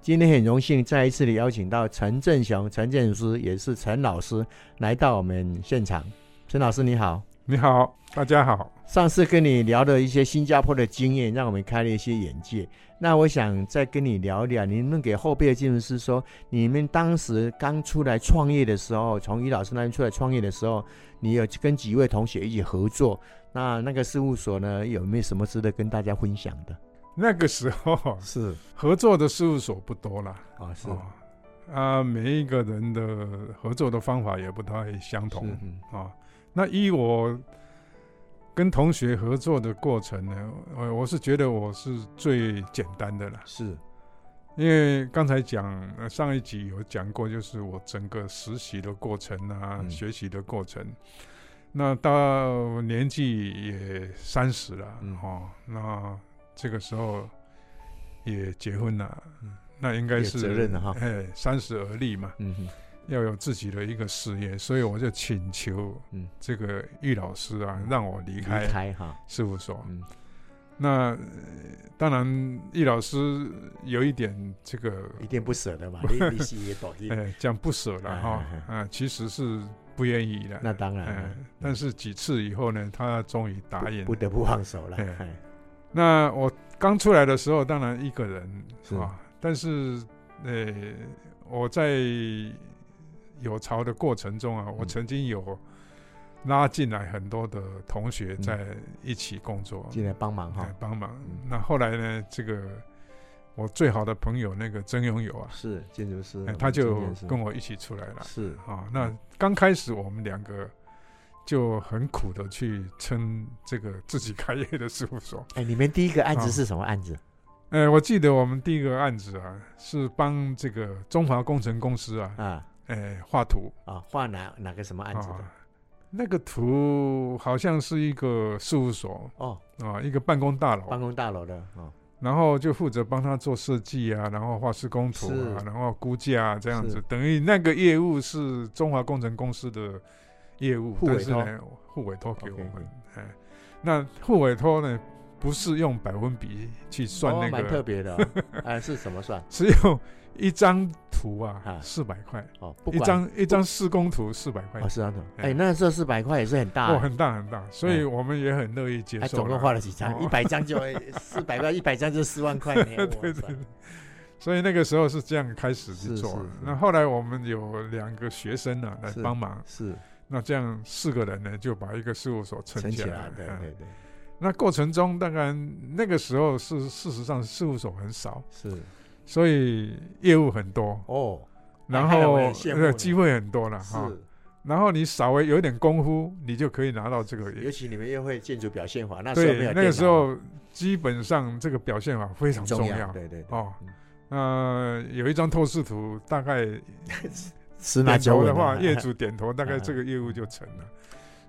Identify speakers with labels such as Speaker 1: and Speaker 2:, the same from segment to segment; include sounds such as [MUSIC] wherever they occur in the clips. Speaker 1: 今天很荣幸再一次的邀请到陈振雄陈建筑师，也是陈老师来到我们现场。陈老师你好，
Speaker 2: 你好，大家好。
Speaker 1: 上次跟你聊的一些新加坡的经验，让我们开了一些眼界。那我想再跟你聊一聊，你能给后辈的建筑师说，你们当时刚出来创业的时候，从于老师那边出来创业的时候，你有跟几位同学一起合作？那那个事务所呢，有没有什么值得跟大家分享的？
Speaker 2: 那个时候
Speaker 1: 是
Speaker 2: 合作的事务所不多了，
Speaker 1: 啊，是
Speaker 2: 哦啊，每一个人的合作的方法也不太相
Speaker 1: 是
Speaker 2: 同
Speaker 1: 嗯
Speaker 2: 啊、那依我跟同学合作的过程呢，我我是觉得我是最简单的了，
Speaker 1: 是
Speaker 2: 因为刚才讲呃上一集有讲过，就是我整个实习的过程啊，
Speaker 1: 嗯
Speaker 2: 学习的过程。那到年纪也三十了、
Speaker 1: 嗯
Speaker 2: 哦，那这个时候也结婚了，那应该
Speaker 1: 嗯有
Speaker 2: 是
Speaker 1: 责任了哈
Speaker 2: 哎，三十而立嘛，
Speaker 1: 嗯哼
Speaker 2: 要有自己的一个事业，所以我就请求
Speaker 1: 嗯
Speaker 2: 这个玉老师啊，
Speaker 1: 嗯
Speaker 2: 让我离
Speaker 1: 离
Speaker 2: 开
Speaker 1: 开哈，
Speaker 2: 事务所。
Speaker 1: 嗯
Speaker 2: 那呃当然，易老师有一点这个
Speaker 1: 一定不舍得嘛，利利息也抖音，
Speaker 2: 哎，讲不舍了哈
Speaker 1: 哎哎，
Speaker 2: 啊，其实是不愿意的。
Speaker 1: 那当然
Speaker 2: 哎
Speaker 1: 了，嗯
Speaker 2: 但是几次以后呢，他终于答应
Speaker 1: 不
Speaker 2: 了。
Speaker 1: 得不放手了。
Speaker 2: 哎
Speaker 1: 哎
Speaker 2: 那我刚出来的时候，当然一个人
Speaker 1: 是
Speaker 2: 啊，但是呃，我在有潮的过程中啊，我
Speaker 1: 嗯
Speaker 2: 曾经有拉进来很多的同学
Speaker 1: 嗯
Speaker 2: 在一起工作，
Speaker 1: 进来帮忙哈
Speaker 2: 来，帮忙
Speaker 1: 嗯。
Speaker 2: 那后来呢，这个我最好的朋友那个曾永友啊，
Speaker 1: 是建筑师
Speaker 2: 哎，他就跟
Speaker 1: 我
Speaker 2: 我一起出来了。
Speaker 1: 是
Speaker 2: 啊，那刚开始我们两个就很苦的去撑这个自己开业的事务所。
Speaker 1: 哎，你们第一个案子
Speaker 2: 啊
Speaker 1: 是什么案子？
Speaker 2: 哎，我记得我们第一个案子啊，是帮这个中华工程公司啊，
Speaker 1: 啊
Speaker 2: 哎，画图
Speaker 1: 啊，画哪哪个什么案子的
Speaker 2: 啊？。那个图好像是一个事务所
Speaker 1: 哦，
Speaker 2: 啊，一个办公大
Speaker 1: 办
Speaker 2: 楼，
Speaker 1: 公大楼的哦，
Speaker 2: 然后就负责帮他做设计啊，然后画施工图
Speaker 1: 是
Speaker 2: 啊，然后估价、啊、这样
Speaker 1: 是
Speaker 2: 子，等于那个业务是中华工程公司的业务，
Speaker 1: 互委
Speaker 2: 但是
Speaker 1: 托
Speaker 2: 呢，互委托给我
Speaker 1: OK，
Speaker 2: 们。哎，那互委托呢，不是用百分比去算
Speaker 1: 哦
Speaker 2: 那
Speaker 1: 蛮特
Speaker 2: 个，
Speaker 1: 别的
Speaker 2: [LAUGHS]
Speaker 1: 哦，哎，是怎么算？
Speaker 2: 只有一张图
Speaker 1: 啊
Speaker 2: 啊，四百块，
Speaker 1: 哦，不
Speaker 2: 一
Speaker 1: 管
Speaker 2: 张一张施工图四百块
Speaker 1: 哦，，是啊，懂
Speaker 2: 哎
Speaker 1: 哎，那时候四百块也是很大
Speaker 2: 哦，
Speaker 1: 啊，
Speaker 2: 很大很大，所以我们也很乐意接
Speaker 1: 哎，
Speaker 2: 受
Speaker 1: 总共
Speaker 2: 啦
Speaker 1: 画了几张？
Speaker 2: 哦
Speaker 1: 一百张
Speaker 2: [LAUGHS]
Speaker 1: 就四百块，一百张就四万块呢。对对
Speaker 2: 所以那个时候是这样开始去
Speaker 1: 是
Speaker 2: 做
Speaker 1: 是
Speaker 2: 的
Speaker 1: 是。
Speaker 2: 那后来我们有两个学生呢、啊、来
Speaker 1: 是
Speaker 2: 帮忙，
Speaker 1: 是
Speaker 2: 那这样四个人呢就把一个事务所撑
Speaker 1: 存
Speaker 2: 起
Speaker 1: 起
Speaker 2: 来
Speaker 1: 来，
Speaker 2: 了。
Speaker 1: 对
Speaker 2: 嗯
Speaker 1: 对对，
Speaker 2: 那过程中，当然那个时候是事实上事务所很少，
Speaker 1: 是
Speaker 2: 所以业务很多，
Speaker 1: 哦，
Speaker 2: 然
Speaker 1: 害我
Speaker 2: 后
Speaker 1: 也羡慕
Speaker 2: 呃
Speaker 1: 你
Speaker 2: 机会很多了哈。
Speaker 1: 是，
Speaker 2: 然后你稍微有一点功夫，你就可以拿到这个。
Speaker 1: 尤其你们又会建筑表现法，那时候没
Speaker 2: 对
Speaker 1: 有，
Speaker 2: 那个
Speaker 1: 电
Speaker 2: 时
Speaker 1: 脑
Speaker 2: 候基本上这个表现法非常
Speaker 1: 很
Speaker 2: 重
Speaker 1: 重
Speaker 2: 要。
Speaker 1: 对对对，
Speaker 2: 哦
Speaker 1: 嗯，
Speaker 2: 呃，有一张透视图，大概
Speaker 1: 十拿
Speaker 2: 点
Speaker 1: 九
Speaker 2: 头
Speaker 1: 稳嗯 [LAUGHS]
Speaker 2: 的话，
Speaker 1: 啊
Speaker 2: 业主点头，大概这个业务就成了。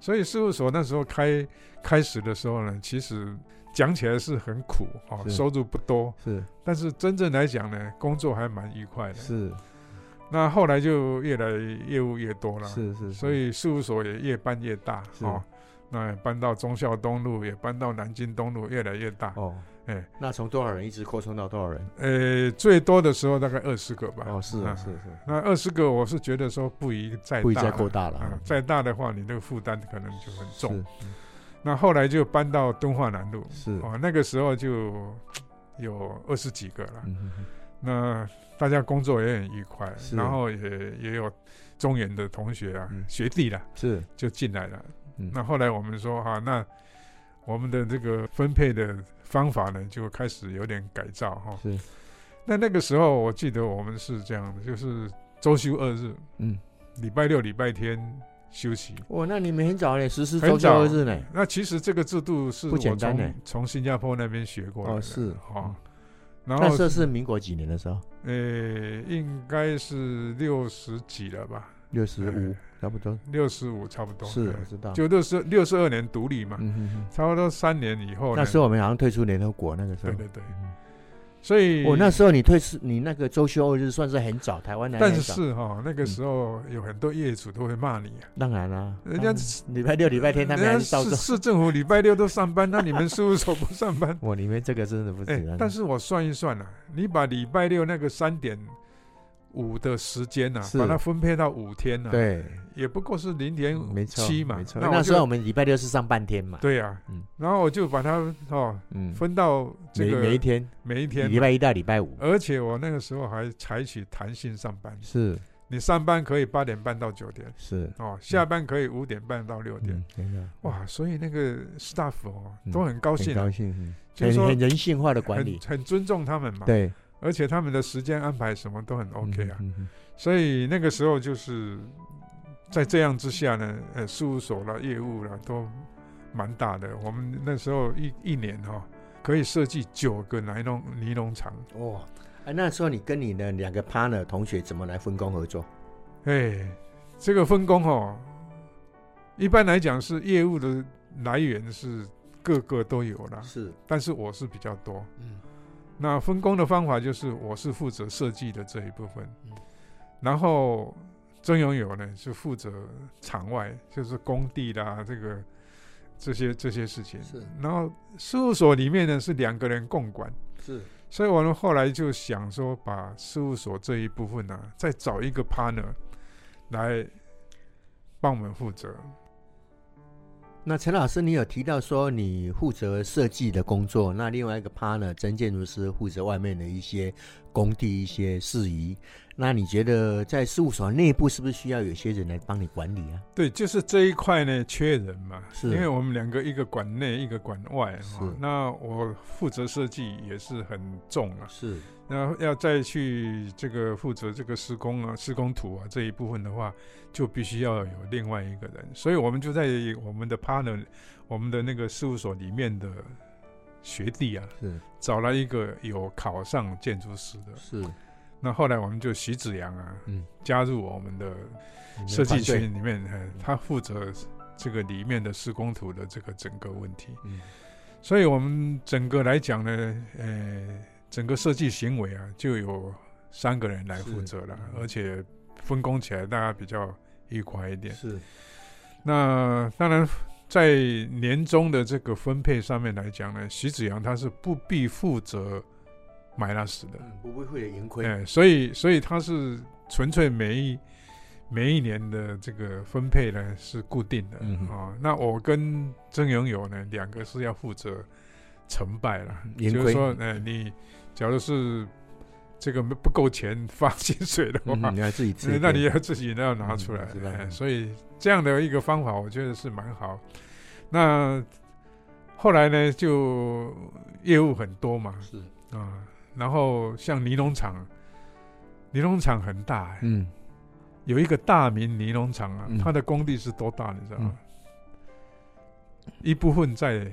Speaker 2: 所以事务所那时候开开始的时候呢，其实讲起来是很苦哦，
Speaker 1: 是
Speaker 2: 收入不多，
Speaker 1: 是
Speaker 2: 但是真正来讲呢，工作还蛮愉快的。
Speaker 1: 是
Speaker 2: 那后来就越来业务越多了，
Speaker 1: 是是，
Speaker 2: 所以事务所也越办越大
Speaker 1: 是
Speaker 2: 哦。那也搬到忠孝东路，也搬到南京东路，越来越大。
Speaker 1: 哦，
Speaker 2: 哎，
Speaker 1: 那从多少人一直扩充到多少人？
Speaker 2: 呃，最多的时候大概二十个吧。
Speaker 1: 哦，是
Speaker 2: 啊
Speaker 1: 是是，
Speaker 2: 那二十个，我是觉得说不宜再
Speaker 1: 不宜
Speaker 2: 大
Speaker 1: 再
Speaker 2: 了
Speaker 1: 扩大了
Speaker 2: 啊
Speaker 1: 啊，，
Speaker 2: 再大的话，你那个负担可能就很重
Speaker 1: 是。
Speaker 2: 那后来就搬到敦化南路，
Speaker 1: 是，
Speaker 2: 哦，那个时候就有二十几个了。
Speaker 1: 嗯哼哼
Speaker 2: 那大家工作也很愉快，
Speaker 1: 是
Speaker 2: 然后也也有中研的同学啊、
Speaker 1: 嗯
Speaker 2: 学弟啦，
Speaker 1: 是
Speaker 2: 就进来了。
Speaker 1: 嗯
Speaker 2: 那后来我们说哈、啊，那我们的这个分配的方法呢，就开始有点改造哈、
Speaker 1: 是，
Speaker 2: 那那个时候我记得我们是这样的，就是周休二日，
Speaker 1: 嗯，
Speaker 2: 礼拜六、礼拜天休息。
Speaker 1: 哇，那你们很早嘞，实施
Speaker 2: 很
Speaker 1: 周休
Speaker 2: 早
Speaker 1: 二日呢？
Speaker 2: 那其实这个制度是
Speaker 1: 不
Speaker 2: 我
Speaker 1: 简单
Speaker 2: 从
Speaker 1: 呢
Speaker 2: 从新加坡那边学过来的
Speaker 1: 哦是
Speaker 2: 哦
Speaker 1: 嗯
Speaker 2: 然
Speaker 1: 那
Speaker 2: 后
Speaker 1: 时候是民国几年的时候？
Speaker 2: 呃，应该是六十几了吧，
Speaker 1: 六十五
Speaker 2: 嗯，
Speaker 1: 差不多。
Speaker 2: 六十五差不多。
Speaker 1: 是，我
Speaker 2: 哎
Speaker 1: 知道。
Speaker 2: 就六十六十二年独立嘛，
Speaker 1: 嗯哼
Speaker 2: 差不多三年以后
Speaker 1: 哼，
Speaker 2: 呢。
Speaker 1: 那时候我们好像退出联合国，那个时候
Speaker 2: 哦对。对对，
Speaker 1: 嗯
Speaker 2: 所以
Speaker 1: 我那时候你退出，你那个周休二日算是很早，台湾来
Speaker 2: 但
Speaker 1: 很早
Speaker 2: 是哈、那
Speaker 1: 嗯
Speaker 2: 个时候有很多业主都会骂你、啊，
Speaker 1: 当然啦，
Speaker 2: 人
Speaker 1: 当
Speaker 2: 家
Speaker 1: 然礼拜六、礼拜天他们还
Speaker 2: 人家
Speaker 1: 是照
Speaker 2: 市
Speaker 1: 做。
Speaker 2: 市政府礼拜六都上班，那你们事务所不上班
Speaker 1: [LAUGHS] ？我里面这个真的不啊
Speaker 2: 哎、
Speaker 1: 简单。
Speaker 2: 但是我算一算啊，你把礼拜六那个三点五的时间啊，
Speaker 1: 是
Speaker 2: 把它分配到五天啊，，
Speaker 1: 对，嗯
Speaker 2: 也不过是零点
Speaker 1: 没错
Speaker 2: 哎七嘛
Speaker 1: 没，错。
Speaker 2: 我
Speaker 1: 那时
Speaker 2: 就
Speaker 1: 候我们礼拜六是上半天嘛，
Speaker 2: 对啊，
Speaker 1: 嗯
Speaker 2: 然后我就把它哦
Speaker 1: 嗯，
Speaker 2: 分到这
Speaker 1: 每
Speaker 2: 个
Speaker 1: 每一天，
Speaker 2: 每一天呃
Speaker 1: 礼，拜一到礼拜五
Speaker 2: 而且我那个时候还采取弹性上班，
Speaker 1: 是
Speaker 2: 你上班可以八点半到九点。
Speaker 1: 是，
Speaker 2: 哦，下班可以五点半到六点，
Speaker 1: 嗯，真的
Speaker 2: 哇，所以那个 staff 哦
Speaker 1: 嗯
Speaker 2: 都很高
Speaker 1: 很
Speaker 2: 兴啊、
Speaker 1: 高兴，嗯
Speaker 2: 就是
Speaker 1: 很
Speaker 2: 说
Speaker 1: 很人性化的管
Speaker 2: 很
Speaker 1: 理，嗯
Speaker 2: 很尊重他们嘛，
Speaker 1: 对
Speaker 2: 而且他们的时间安排什么都很 OK 啊，
Speaker 1: 嗯嗯嗯
Speaker 2: 所以那个时候就是在这样之下呢，
Speaker 1: 嗯
Speaker 2: 呃，事务所啦、业务啦都蛮大的，我们那时候一一年哈、哦。可以设计九个尼龙尼龙厂，
Speaker 1: 哇，啊，那时候你跟你的两个 partner 同学怎么来分工合作？
Speaker 2: 哎，这个分工哦，一般来讲是业务的来源是各个都有啦，
Speaker 1: 是，
Speaker 2: 但是我是比较多。
Speaker 1: 嗯
Speaker 2: 那分工的方法就是，我是负责设计的这一部分，
Speaker 1: 嗯
Speaker 2: 然后曾永友呢是负责场外，就是工地啦，这个这些这些事情。
Speaker 1: 是
Speaker 2: 然后事务所里面呢是两个人共管，
Speaker 1: 是，
Speaker 2: 所以我们后来就想说，把事务所这一部分呢、再找一个 partner 来帮我们负责。
Speaker 1: 那陈老师，你有提到说你负责设计的工作，那另外一个 partner 曾建筑师负责外面的一些工地一些事宜。那你觉得在事务所内部是不是需要有些人来帮你管理啊？
Speaker 2: 对，就是这一块呢，缺人嘛，
Speaker 1: 是
Speaker 2: 因为我们两个一个管内，一个管外
Speaker 1: 是
Speaker 2: 哈、那我负责设计也是很重啊，
Speaker 1: 是
Speaker 2: 那要再去这个负责这个施工啊、施工图啊这一部分的话，就必须要有另外一个人。所以我们就在我们的 partner、我们的那个事务所里面的学弟啊，
Speaker 1: 是
Speaker 2: 找了一个有考上建筑师的。
Speaker 1: 是，
Speaker 2: 那后来我们就徐子阳啊，
Speaker 1: 嗯
Speaker 2: 加入我们的设计群里面，呃他负责这个里面的施工图的这个整个问题。
Speaker 1: 嗯，
Speaker 2: 所以我们整个来讲呢，呃，整个设计行为啊，就有三个人来负责了
Speaker 1: 是，嗯
Speaker 2: 而且分工起来大家比较愉快一点。
Speaker 1: 是
Speaker 2: 那当然，在年终的这个分配上面来讲呢，徐子阳他是不必负责买拉斯的，
Speaker 1: 嗯不会会有盈亏
Speaker 2: 哎、所以所以他是纯粹每一每一年的这个分配呢是固定的啊、
Speaker 1: 嗯哼
Speaker 2: 哦。那我跟曾永友呢，两个是要负责成败了，
Speaker 1: 嗯盈
Speaker 2: 就
Speaker 1: 亏
Speaker 2: 是说，呃，你假如是这个不够钱发薪水的话，
Speaker 1: 嗯，你要自己自
Speaker 2: [LAUGHS] 那
Speaker 1: 己，
Speaker 2: 那你要自己要拿出来
Speaker 1: 嗯、是吧
Speaker 2: 哎所以这样的一个方法，我觉得是蛮好。那后来呢，就业务很多嘛，
Speaker 1: 是
Speaker 2: 啊，然后像尼龙厂，尼龙厂很大、哎
Speaker 1: 嗯
Speaker 2: 有一个大名尼龙厂啊，
Speaker 1: 嗯
Speaker 2: 它的工地是多大，你知道吗？
Speaker 1: 嗯
Speaker 2: 一部分在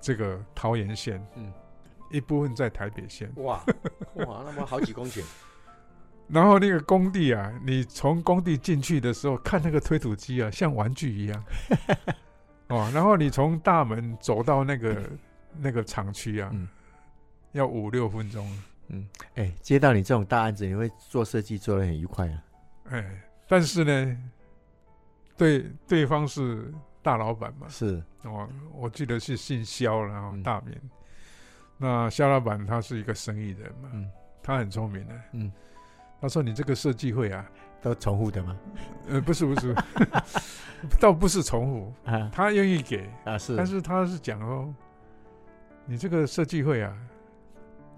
Speaker 2: 这个桃园县，
Speaker 1: 嗯
Speaker 2: 一部分在台北县。
Speaker 1: [LAUGHS] 哇哇，那么好几公顷，
Speaker 2: 然后那个工地啊，你从工地进去的时候，看那个推土机啊，像玩具
Speaker 1: [LAUGHS]
Speaker 2: 一样。哦，然后你从大门走到那个那个厂区啊，
Speaker 1: 嗯
Speaker 2: 要五六分钟。
Speaker 1: [LAUGHS] 哎，接到你这种大案子，你会做设计做的很愉快啊，
Speaker 2: 哎，但是呢，对对方是大老板嘛，
Speaker 1: 是
Speaker 2: 哦，我记得是姓肖，然后
Speaker 1: 嗯
Speaker 2: 大名。那肖老板他是一个生意人嘛，
Speaker 1: 嗯
Speaker 2: 他很聪明的、
Speaker 1: 嗯，
Speaker 2: 他说：“你这个设计会啊，
Speaker 1: 都重复的吗？
Speaker 2: 呃，不是不是， [LAUGHS] 倒不是重复，
Speaker 1: 啊
Speaker 2: 他愿意给，
Speaker 1: 啊是，
Speaker 2: 但是他是讲哦，你这个设计会啊，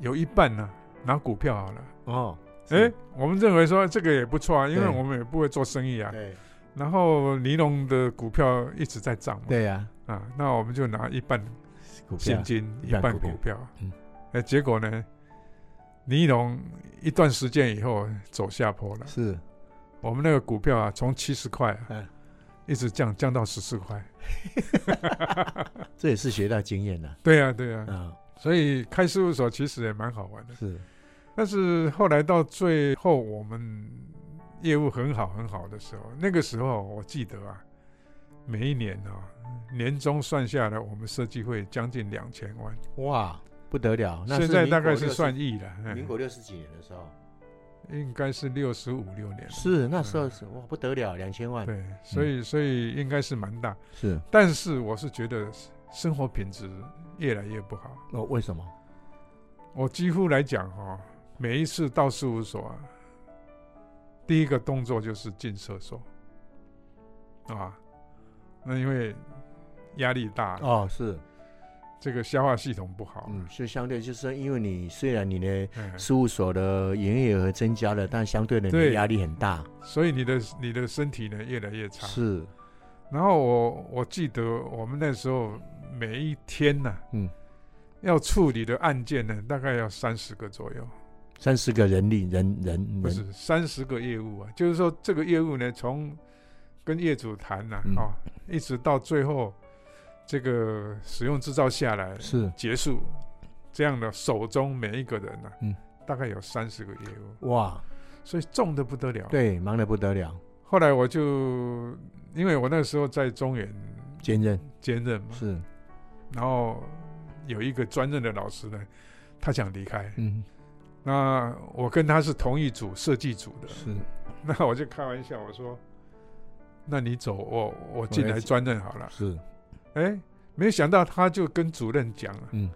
Speaker 2: 有一半呢、拿股票好了。
Speaker 1: 哦，
Speaker 2: 哎、
Speaker 1: 是
Speaker 2: 我们认为说这个也不错啊，因为
Speaker 1: 对
Speaker 2: 我们也不会做生意啊。
Speaker 1: 对
Speaker 2: 然后尼龙的股票一直在涨嘛，
Speaker 1: 对呀，
Speaker 2: 啊，那我们就拿一半
Speaker 1: 股
Speaker 2: 现
Speaker 1: 票
Speaker 2: 金，
Speaker 1: 一
Speaker 2: 一
Speaker 1: 半
Speaker 2: 半
Speaker 1: 股票
Speaker 2: 股票。
Speaker 1: 嗯
Speaker 2: 嗯，哎，结果呢，尼龙一段时间以后走下坡了。
Speaker 1: 是
Speaker 2: 我们那个股票啊，从七十块啊、
Speaker 1: 嗯
Speaker 2: 一直降降到十四块。
Speaker 1: 这也是学到经验了
Speaker 2: 对呀、啊，对呀、啊。
Speaker 1: 啊，
Speaker 2: 所以开事务所其实也蛮好玩的。
Speaker 1: 是
Speaker 2: 但是后来到最后，我们业务很好很好的时候，那个时候我记得啊，每一年啊，年终算下来，我们设计会将近两千万，
Speaker 1: 哇，不得了。那是
Speaker 2: 现在
Speaker 1: 民国
Speaker 2: 大概是
Speaker 1: 60
Speaker 2: 算亿了，嗯
Speaker 1: 民国六十几年的时候，
Speaker 2: 应该是六十五六年了。
Speaker 1: 是嗯那时候是哇不得了，两千万。
Speaker 2: 嗯对，所以所以应该是蛮大，
Speaker 1: 是
Speaker 2: 但是我是觉得生活品质越来越不好。
Speaker 1: 哦，为什么？
Speaker 2: 我几乎来讲哈、哦，每一次到事务所、啊，第一个动作就是进厕所，啊，那因为压力大，
Speaker 1: 哦，是
Speaker 2: 这个消化系统不好，
Speaker 1: 嗯，所以相对就是说，因为你虽然你的
Speaker 2: 嗯
Speaker 1: 事务所的营业额增加了，但相对的你的
Speaker 2: 对
Speaker 1: 压力很大。
Speaker 2: 所以你的你的身体呢越来越差。
Speaker 1: 是
Speaker 2: 然后我我记得我们那时候每一天呢、
Speaker 1: 嗯，
Speaker 2: 要处理的案件呢，大概要三十个左右。
Speaker 1: 三十个人力人人
Speaker 2: 不
Speaker 1: 人，
Speaker 2: 是三十个业务啊，就是说这个业务呢，从跟业主谈呐、啊，
Speaker 1: 嗯
Speaker 2: 哦，一直到最后这个使用制造下来
Speaker 1: 是
Speaker 2: 结束，这样的手中每一个人呐、啊，
Speaker 1: 嗯
Speaker 2: 大概有三十个业务，
Speaker 1: 哇，
Speaker 2: 所以重的不得了。，
Speaker 1: 对，忙得不得了，
Speaker 2: 后来我就因为我那时候在中原
Speaker 1: 坚韧
Speaker 2: 兼任嘛，
Speaker 1: 是，
Speaker 2: 然后有一个专任的老师呢，他想离开，
Speaker 1: 嗯，
Speaker 2: 那我跟他是同一组设计组的，
Speaker 1: 是
Speaker 2: [LAUGHS] 那我就开玩笑，我说：“那你走，我我进来专任好了。
Speaker 1: 是，”
Speaker 2: 哎，没想到他就跟主任讲了，
Speaker 1: 嗯，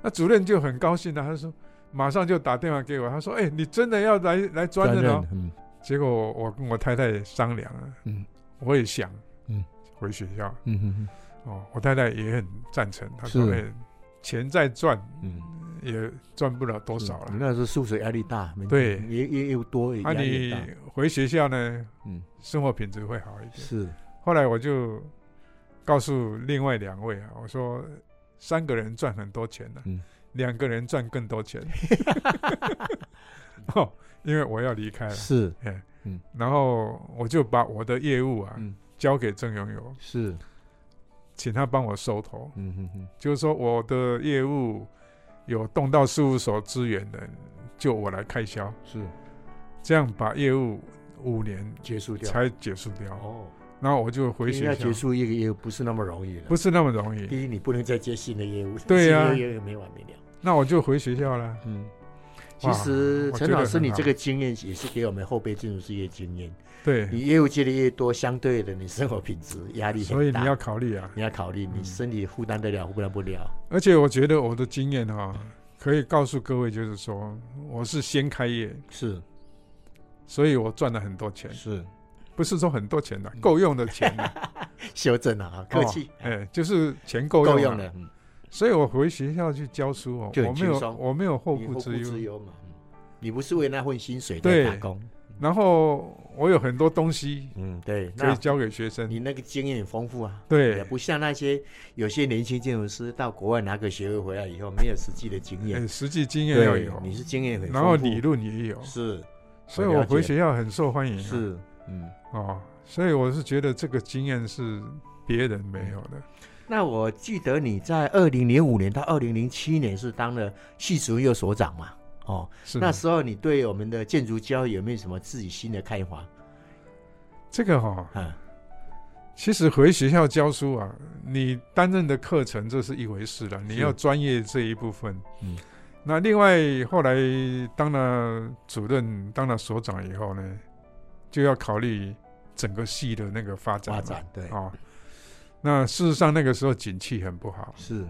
Speaker 2: 那主任就很高兴了，他说马上就打电话给我，他说：“哎，你真的要来来专任哦
Speaker 1: 嗯，？”
Speaker 2: 结果我我跟我太太商量了，
Speaker 1: 嗯，
Speaker 2: 我也想，
Speaker 1: 嗯，
Speaker 2: 回学校
Speaker 1: 嗯嗯
Speaker 2: 哦，我太太也很赞成，她说：“
Speaker 1: 是
Speaker 2: 哎，钱再赚
Speaker 1: 嗯，
Speaker 2: 也赚不了
Speaker 1: 不
Speaker 2: 多少了。”
Speaker 1: 那时候宿舍压力大，没
Speaker 2: 对
Speaker 1: 也也又多，也
Speaker 2: 那、
Speaker 1: 压力
Speaker 2: 你
Speaker 1: 大，
Speaker 2: 回学校呢，
Speaker 1: 嗯，
Speaker 2: 生活品质会好一点。
Speaker 1: 是
Speaker 2: 后来我就告诉另外两位啊，我说三个人赚很多钱了、
Speaker 1: 嗯
Speaker 2: 两个人赚更
Speaker 1: [LAUGHS]
Speaker 2: 多钱。哦，因为我要离开了，
Speaker 1: 是
Speaker 2: 然后我就把我的业务啊、
Speaker 1: 嗯
Speaker 2: 交给郑永友，
Speaker 1: 是，
Speaker 2: 请他帮我收头，
Speaker 1: 嗯嗯嗯，
Speaker 2: 就是说我的业务有动到事务所资源的，就我来开销，
Speaker 1: 是
Speaker 2: 这样把业务五年
Speaker 1: 结束掉，
Speaker 2: 才结束掉。
Speaker 1: 哦，
Speaker 2: 然后我就回
Speaker 1: 因为
Speaker 2: 学
Speaker 1: 要
Speaker 2: 校
Speaker 1: 结，束一个业务不是那么容易的，
Speaker 2: 不是那么容易。
Speaker 1: 第一你不能再接新的业务，
Speaker 2: 对呀
Speaker 1: 新的业务没完没了，
Speaker 2: 那我就回学校了。
Speaker 1: 嗯。其
Speaker 2: 哇
Speaker 1: 实
Speaker 2: 我
Speaker 1: 陈
Speaker 2: 觉得
Speaker 1: 老师，
Speaker 2: 很
Speaker 1: 你
Speaker 2: 好
Speaker 1: 这个经验也是给我们后辈进入事业经验。
Speaker 2: 对，
Speaker 1: 你业务接的越多，相对的你生活品质压力很大，
Speaker 2: 所以你要考虑啊。
Speaker 1: 你要考虑你
Speaker 2: 嗯
Speaker 1: 身体负担得了，负担不了。
Speaker 2: 而且我觉得我的经验哈、可以告诉各位，就是说我是先开业，
Speaker 1: 是
Speaker 2: 所以我赚了很多钱，
Speaker 1: 是，
Speaker 2: 不是说很多钱的、
Speaker 1: 嗯
Speaker 2: 够用的钱、啊，
Speaker 1: 修正了 [LAUGHS] 啊，客气
Speaker 2: 哦，哎，就是钱够
Speaker 1: 够
Speaker 2: 用
Speaker 1: 用
Speaker 2: 了。
Speaker 1: 了，嗯
Speaker 2: 所以我回学校去教书哦，
Speaker 1: 就很
Speaker 2: 我没有
Speaker 1: 轻松
Speaker 2: 我没有后
Speaker 1: 你
Speaker 2: 顾之
Speaker 1: 之
Speaker 2: 忧。
Speaker 1: 忧嘛。嗯你不是为那份薪水在
Speaker 2: 对
Speaker 1: 打工，
Speaker 2: 然后我有很多东西
Speaker 1: 嗯，对，
Speaker 2: 可以
Speaker 1: 那
Speaker 2: 教给学生，
Speaker 1: 你那个经验很丰富啊。也
Speaker 2: 对，
Speaker 1: 不像那些有些年轻建筑师到国外拿个学位回来以后没有实际的经验
Speaker 2: 哎，，实际经验要
Speaker 1: 对
Speaker 2: 有，，
Speaker 1: 你是经验很丰富，
Speaker 2: 然后理论也有，
Speaker 1: 是
Speaker 2: 所以
Speaker 1: 我了
Speaker 2: 我
Speaker 1: 解
Speaker 2: 回学校很受欢迎、啊。
Speaker 1: 是，嗯，
Speaker 2: 哦，所以我是觉得这个经验是别人没有的。
Speaker 1: 那我记得你在二零零五年到二零零七年是当了系主任所长嘛？哦，
Speaker 2: 是
Speaker 1: 那
Speaker 2: 的，
Speaker 1: 时候你对我们的建筑教育有没有什么自己新的看法？
Speaker 2: 这个哈、
Speaker 1: 啊，
Speaker 2: 其实回学校教书啊，你担任的课程这是一回事了，你要专业这一部分。
Speaker 1: 嗯，
Speaker 2: 那另外后来当了主任、当了所长以后呢，就要考虑整个系的那个发展
Speaker 1: 发
Speaker 2: 嘛。
Speaker 1: 展对，
Speaker 2: 哦。那事实上那个时候景气很不好，
Speaker 1: 是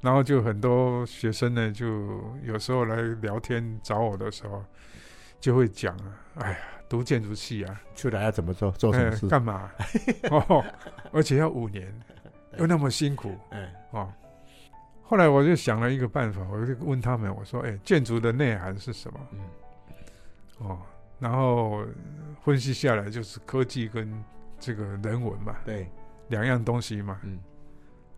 Speaker 2: 然后就很多学生呢，就有时候来聊天找我的时候，就会讲啊，哎呀，读建筑系啊，
Speaker 1: 出来要怎么做，做什么
Speaker 2: 呃
Speaker 1: 事？[LAUGHS]
Speaker 2: 干嘛？哦，而且要五年，
Speaker 1: 哎
Speaker 2: 又那么辛苦
Speaker 1: 嗯，
Speaker 2: 哦。后来我就想了一个办法，我就问他们，我说：“哎，建筑的内涵是什么
Speaker 1: 嗯，？”
Speaker 2: 哦，然后分析下来就是科技跟这个人文嘛，
Speaker 1: 对，
Speaker 2: 两样东西嘛。
Speaker 1: 嗯，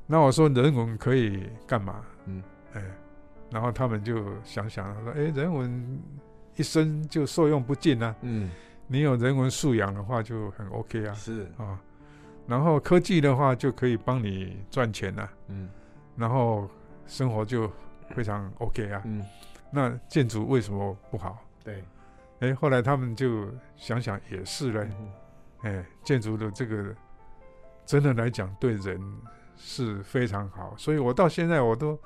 Speaker 2: 那我说人文可以干嘛？
Speaker 1: 嗯，
Speaker 2: 哎，然后他们就想想说，哎，人文一生就受用不尽啊，
Speaker 1: 嗯，
Speaker 2: 你有人文素养的话就很 OK 啊
Speaker 1: 是，
Speaker 2: 啊，然后科技的话就可以帮你赚钱啊，
Speaker 1: 嗯，
Speaker 2: 然后生活就非常 OK 啊。
Speaker 1: 嗯，
Speaker 2: 那建筑为什么不好？
Speaker 1: 对，
Speaker 2: 哎，后来他们就想想也是嘞，
Speaker 1: 嗯
Speaker 2: 哎，建筑的这个真的来讲对人是非常好，所以我到现在我都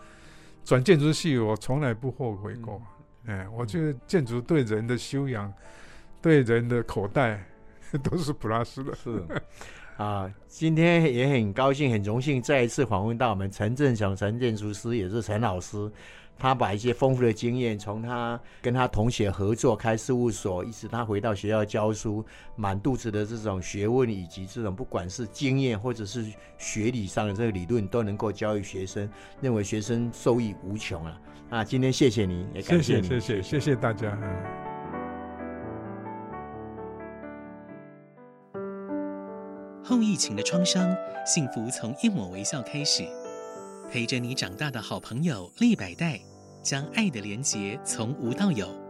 Speaker 2: 转建筑系，我从来不后悔过。
Speaker 1: 嗯
Speaker 2: 哎，我觉得建筑对人的修养、对人的口袋 [LAUGHS] 都是 plus 的。
Speaker 1: 是
Speaker 2: [LAUGHS]
Speaker 1: 啊，今天也很高兴，很荣幸再一次访问到我们陈振雄陈建筑师，也是陈老师。他把一些丰富的经验，从他跟他同学合作开事务所，一直他回到学校教书，满肚子的这种学问以及这种不管是经验或者是学理上的这个理论，都能够教育学生，认为学生受益无穷啊！啊，今天谢谢你，也感谢
Speaker 2: 谢谢
Speaker 1: 你，
Speaker 2: 谢谢谢谢大家。嗯
Speaker 3: 后疫情的创伤，幸福从一抹微笑开始。陪着你长大的好朋友利百代，将爱的连结从无到有。